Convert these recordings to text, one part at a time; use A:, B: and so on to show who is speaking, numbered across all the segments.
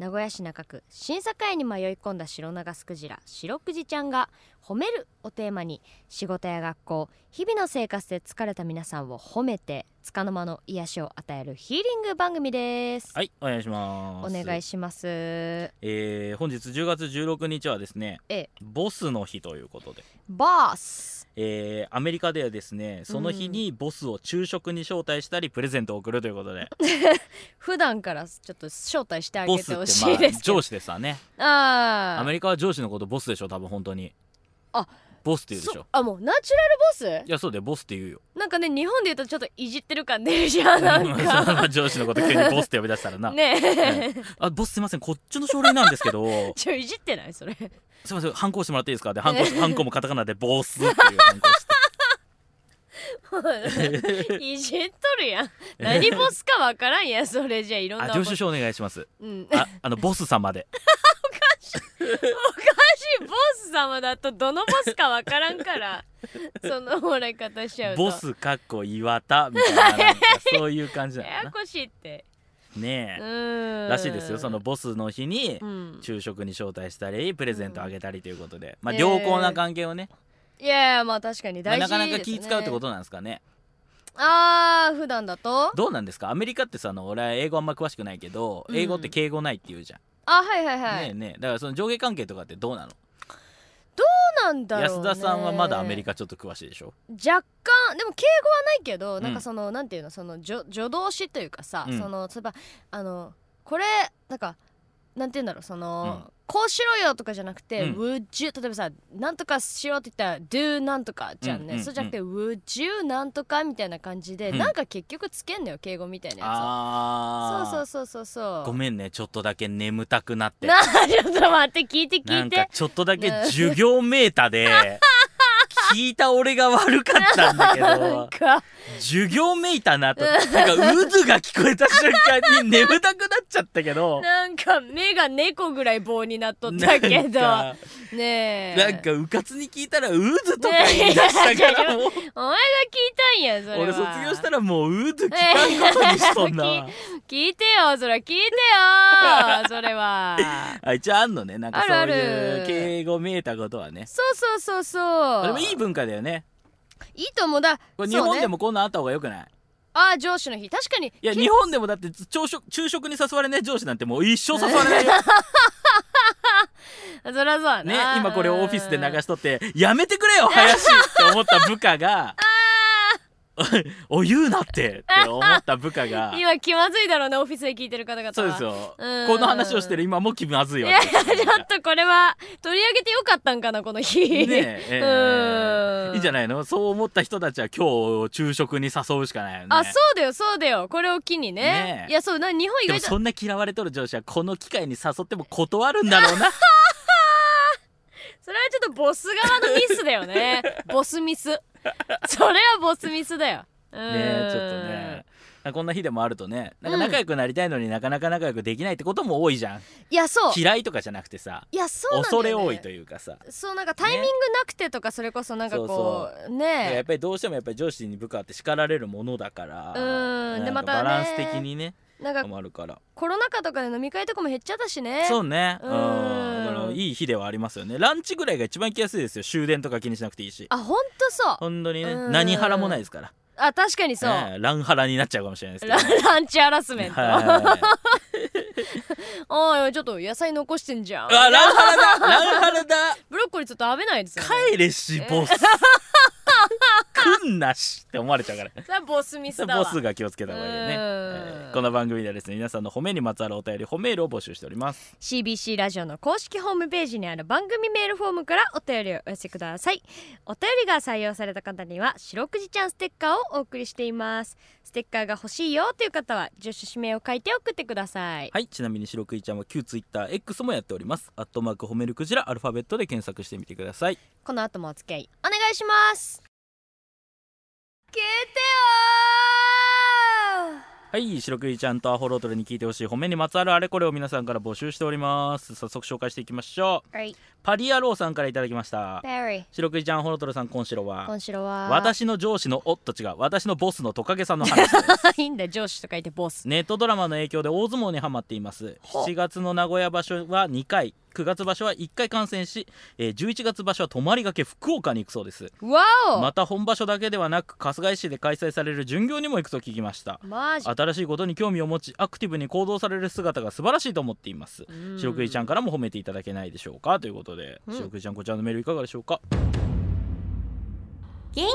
A: 名古屋市中区審査会に迷い込んだ白長スクジラ白くじちゃんが「褒める」をテーマに仕事や学校日々の生活で疲れた皆さんを褒めて束の間の癒しを与えるヒーリング番組です、
B: はいお願いしま
A: お
B: す
A: 願いします
B: えー本日10月16日はですね
A: ええ
B: ボスの日ということで、
A: バース
B: えーアメリカではですねその日にボスを昼食に招待したりプレゼントを送るということで、
A: 普段からちょっと招待してあげ
B: ボ
A: て
B: スってま
A: ほしいで
B: あ
A: すけど、
B: 上司ですわね
A: あー
B: アメリカは上司のことボスでしょ多分本当に
A: あ
B: ボスって言うでし
A: そ
B: ょ
A: あもうナチュラルボ
B: いやそうだよボスって言うよ
A: スなんかね日本で言うとちょっといじってる感出るじゃんなん
B: そのま
A: か
B: ま上司のこと急にボスって呼び出したらな、
A: ねえ
B: あボスすいませんこっちの書類なんですけど
A: ちょいじってないそ れ
B: すいません反抗してもらっていいですかで反抗
A: ね
B: 反抗もカタカナでボスっていう反抗して
A: いじっとるやん何ボスかわからんやんそれじゃいろんな
B: あ
A: こと
B: 領収書お願いします
A: うん、
B: ああのボス 様で
A: おかしいボス様だとどのボスかわからん からそのもらい方しちゃうと
B: ボスかっこ岩田みたいななんかそういう感じな
A: やや
B: のか
A: こしいって
B: なね
A: う
B: え、
A: ん
B: らしいですよそのボスの日に
A: うん
B: 昼食に招待したりプレゼントあげたりということで、まあ
A: えー
B: 良好な関係をね、
A: いやいやまあ確かに
B: まあ
A: 大事
B: な
A: です
B: か
A: ね、
B: なか気使うってことなんですかね
A: あー普段だと
B: どうなんですかアメリカってさあの俺は英語あんま詳しくないけど、
A: うん
B: 英語って敬語ないって言うじゃん、
A: あはいはいはい、
B: ねえねえだからその上下関係とかってどうなの
A: そうなんだろう、ね、
B: 安田さんはまだアメリカちょっと詳しいでしょ
A: 若干でも敬語はないけど、
B: ん
A: なんかそのなんていうのその助助動詞というかさ、
B: うん
A: その例えばあのこれなんかなんていうんだろうその、
B: う
A: こうしろよとかじゃなくて、
B: うん
A: would you 例えばさなんとかしろって言ったら do なんとかじゃんね、
B: うんうん
A: そうじゃなくて would you なんとかみたいな感じで、
B: うん
A: なんか結局つけんのよ敬語みたいなやつ
B: あ
A: を
B: あ
A: そうそうそうそうそう
B: ごめんねちょっとだけ眠たくなって
A: なあちょっと待って聞いて
B: な
A: 聞い
B: ん
A: て
B: かちょっとだけ授業メー タで聞いた俺が悪かったんだけ
A: なん
B: ど
A: か
B: 授業めいたなとなんか渦が聞こえた瞬間に眠たくなっちゃったけど
A: なんか目が猫ぐらい棒になっとったけど
B: なんか
A: ねえ
B: なんかうかつに聞いたら渦とか言い出したからもう
A: お前が聞いたんやそれは
B: 俺卒 業したらもう渦聞かんことにしとんな
A: 聞いてよそれは聞いて よそれは
B: あ一応あんのねなんかそ
A: あ
B: う
A: るあ
B: いう
A: る
B: 敬語めいたことはね
A: そうそうそうそう
B: あでもいい文化だよね
A: いいと思うだ
B: これ日本で
A: も、
B: もこんなんあった方がよくない
A: ああ上司の日確かに
B: いや
A: き
B: 日本でもだって朝食昼食に誘われない上司なんてもう一生誘われな いよ
A: そりゃそうやな
B: ね今これをオフィスで流
A: し
B: しとって「やめてくれよ林!」って思った部 下が「 おい言うなって!」って思った部下 が
A: 今気まずいだろうねオフィスで聞いてる方々は
B: そうですよ
A: うん
B: この話をしてる今も気まずい
A: い
B: わ
A: や
B: け
A: ちょっとこれは取り上げてよかったんかなこの日
B: ねええ
A: う
B: ー
A: ん
B: いいんじゃないのそう思った人たちは今日昼食に誘うしかないよね
A: あそうだよそうだよこれを機にね
B: ねえ
A: いやそうな日本意
B: でも
A: 外と
B: そんな嫌われとる上司はこの機会に誘っても断るんだろうな
A: それはちょっとボス側のミスだよ ねボスミスそれはボスミスだようーん
B: ねちょっとねこんな日でもあるとねなんか仲良くなりたいのになかなか仲良くできないってことも多いじゃん
A: いやそう
B: 嫌いとかじゃなくてさ、
A: いやそうなんだ
B: 恐
A: よ、ね、
B: れ多いというかさ
A: そうなんかタイミングなくてとかそれこそなんかこう
B: だからや
A: ね
B: っぱりどうしてもやっぱり上司に部下って叱られるものだから
A: うん
B: なんか
A: でまたね
B: バランス的にね
A: なんか
B: もあるから
A: コロナ禍とかで飲み会とかも減っちゃったしね
B: そうねう
A: うんん
B: だからいい日ではありますよねランチぐらいが一番行きやすいですよ終電とか気にしなくていいし
A: あほんとそう
B: 本当にね
A: うん
B: 何腹もないですから
A: あ確かにそう、
B: ええランハラになっちゃうかもしれないですけど
A: ラ ランチハラスメント、
B: はいはいはい
A: おいちょっと野菜残してんじゃん
B: うわランハラだランハラだ
A: ブロッコリーちょっと食べないですよ、ね、
B: 帰れしボ ス来んなしって思われちゃうから
A: それはボスミスだわ
B: ボスが気をつけた方がいいよね、
A: うん
B: えーこの番組ではですね皆さんの褒めにまつわるお便り褒めールを募集しております
A: CBC ラジオの公式ホームページにある番組メールフォームからお便りをお寄せくださいお便りが採用された方には「白くじちゃんステッカー」をお送りしていますステッカーが欲しいよという方は住所氏名を書いて送ってください
B: はいちなみに白くいちゃんは旧 TwitterX もやっておりますアットマーク褒めるクジラアルファベットで検索してみてください
A: この後もお付き合いお願いします聞いてよ
B: はい白クイちゃんとアホロートルに聞いてほしい褒めにまつわるあれこれを皆さんから募集しております早速紹介していきましょう
A: はい
B: パリアローさんからいただきました
A: ベリー
B: 白クイちゃんアホロートルさん今白は
A: 今週は
B: 私の上司のおっと違う私のボスのトカゲさんの話
A: いいんだ上司と書いてボス
B: ネットドラマの影響で大相撲にハマっています7月の名古屋場所は2回9月場所は1回観戦し、えー11月場所は泊まりがけ福岡に行くそうです
A: わお、
B: また本場所だけではなく春日井市で開催される巡業にも行くと聞きました
A: マジ
B: 新しいことに興味を持ちアクティブに行動される姿が素晴らしいと思っています
A: うん
B: 白クイちゃんからも褒めていただけないでしょうかということで、
A: うん
B: 白クイちゃんこちらのメールいかがでしょうか
C: 元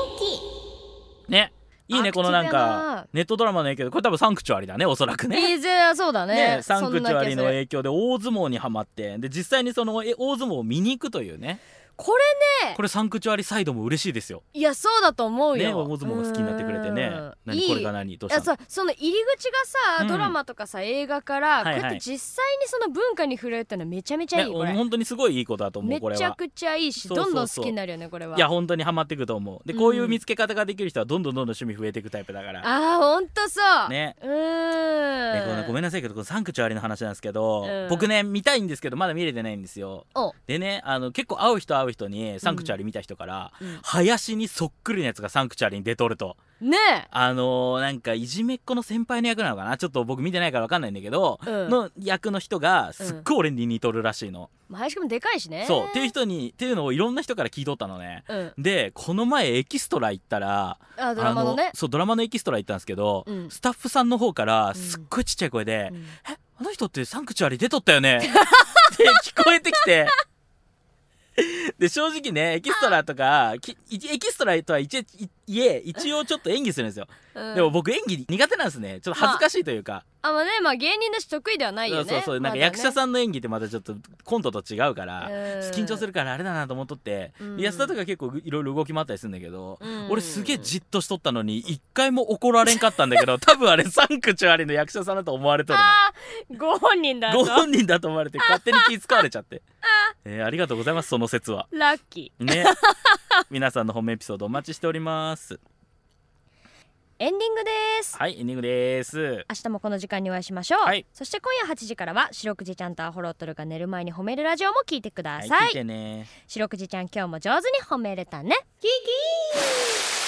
C: 気
B: ねいいね
A: アクティ
B: こ
A: ブ
B: の
A: やな
B: なんかネットドラマの影響でこれ多分サンクチュアリだねおそらくね
A: いいぜそうだね
B: ねサン
A: そ
B: クチュアリの
A: んな気がする
B: 影響で大相撲にはまってで実際にそのえ大相撲を見に行くというね
A: これね
B: これサンクチュアリサイドも嬉しいですよ。
A: いやそうだと思うよ、
B: ね大相撲が好きになってくれてね
A: うん
B: 何これが何どう
A: い
B: し
A: や
B: た
A: さ
B: の
A: その入り口がさ、
B: うん
A: ドラマとかさ映画から、
B: はいはい
A: こうやって実際にその文化に触れるってのはめちゃめちゃいい、
B: ね
A: これ
B: 本当にすごいいい子だと思うこれ
A: めちゃ
B: は。
A: くちゃいいし
B: そうそうそ
A: ど
B: う
A: んどん好きになるよねこれはい
B: や本当にハマっていくと思う。でこういううん見つけ方ができる人はどんどんどんどん趣味増えていくタイプだから。ね
A: あーほんとそう
B: ね
A: うーん
B: このごめんなさいけどこのサンクチュアリの話なんですけど、
A: うん
B: 僕ね見たいんですけどまだ見れてないんですよ。
A: お
B: でねあの結構会う人会う人にサンクチュアリ見た人から、
A: うん
B: 林にそっくりなやつがサンクチュアリに出とると。
A: ね
B: あのーなんかいじめっ子の先輩の役なのかなちょっと僕見てないからわかんないんだけど、
A: うん
B: の役の人がすっごい俺に似とるらしいの、
A: まあ林くんもでかいしね
B: そうっていう人にっていうのをいろんな人から聞いとったのね
A: うん
B: でこの前エキストラ行ったら
A: あドラマの
B: あ
A: ね
B: そうドラマのエキストラ行ったんですけど、
A: うん
B: スタッフさんの方からすっごいちっちゃい声で「
A: うん
B: えあの人ってサンクチュアリ出とった よね」って聞こえてきて。で正直ねエキストラとかきエキストラとはいちいいえ一応ちょっと演技するんですよ
A: うん
B: でも僕演技苦手なんですねちょっと恥ずかしいというか、
A: あまあねまあ芸人だし得意ではないよね
B: そうそうなんか役者さんの演技ってまたちょっとコントと違うから、緊張す
A: る
B: るからあれだなと思っとって、
A: うん
B: 安田とか結構いろいろ動き回ったりするんだけど、
A: うん
B: 俺すげえじっとしとったのに一回も怒られんかったんだ けど多分あれサンクチュアリの役者さんだと思われとる
A: あーご本人だ
B: な
A: と
B: ご本人だと思われて勝手に気使われち ゃって、えーありがとうございますその説は
A: ラッキ
B: ね皆さんの本命エピソードお待ちしております
A: ーエンディングです
B: はいエンディングです
A: 明日もこの時間にお会いしましょう、
B: はい
A: そして今夜8時からは白くじちゃんとアホロットルが寝る前に褒めるラジオも聞いてくだ
B: はい
A: さ
B: 聞い
A: い
B: てね
A: 白くじちゃん今日も上手に褒めれたねキキー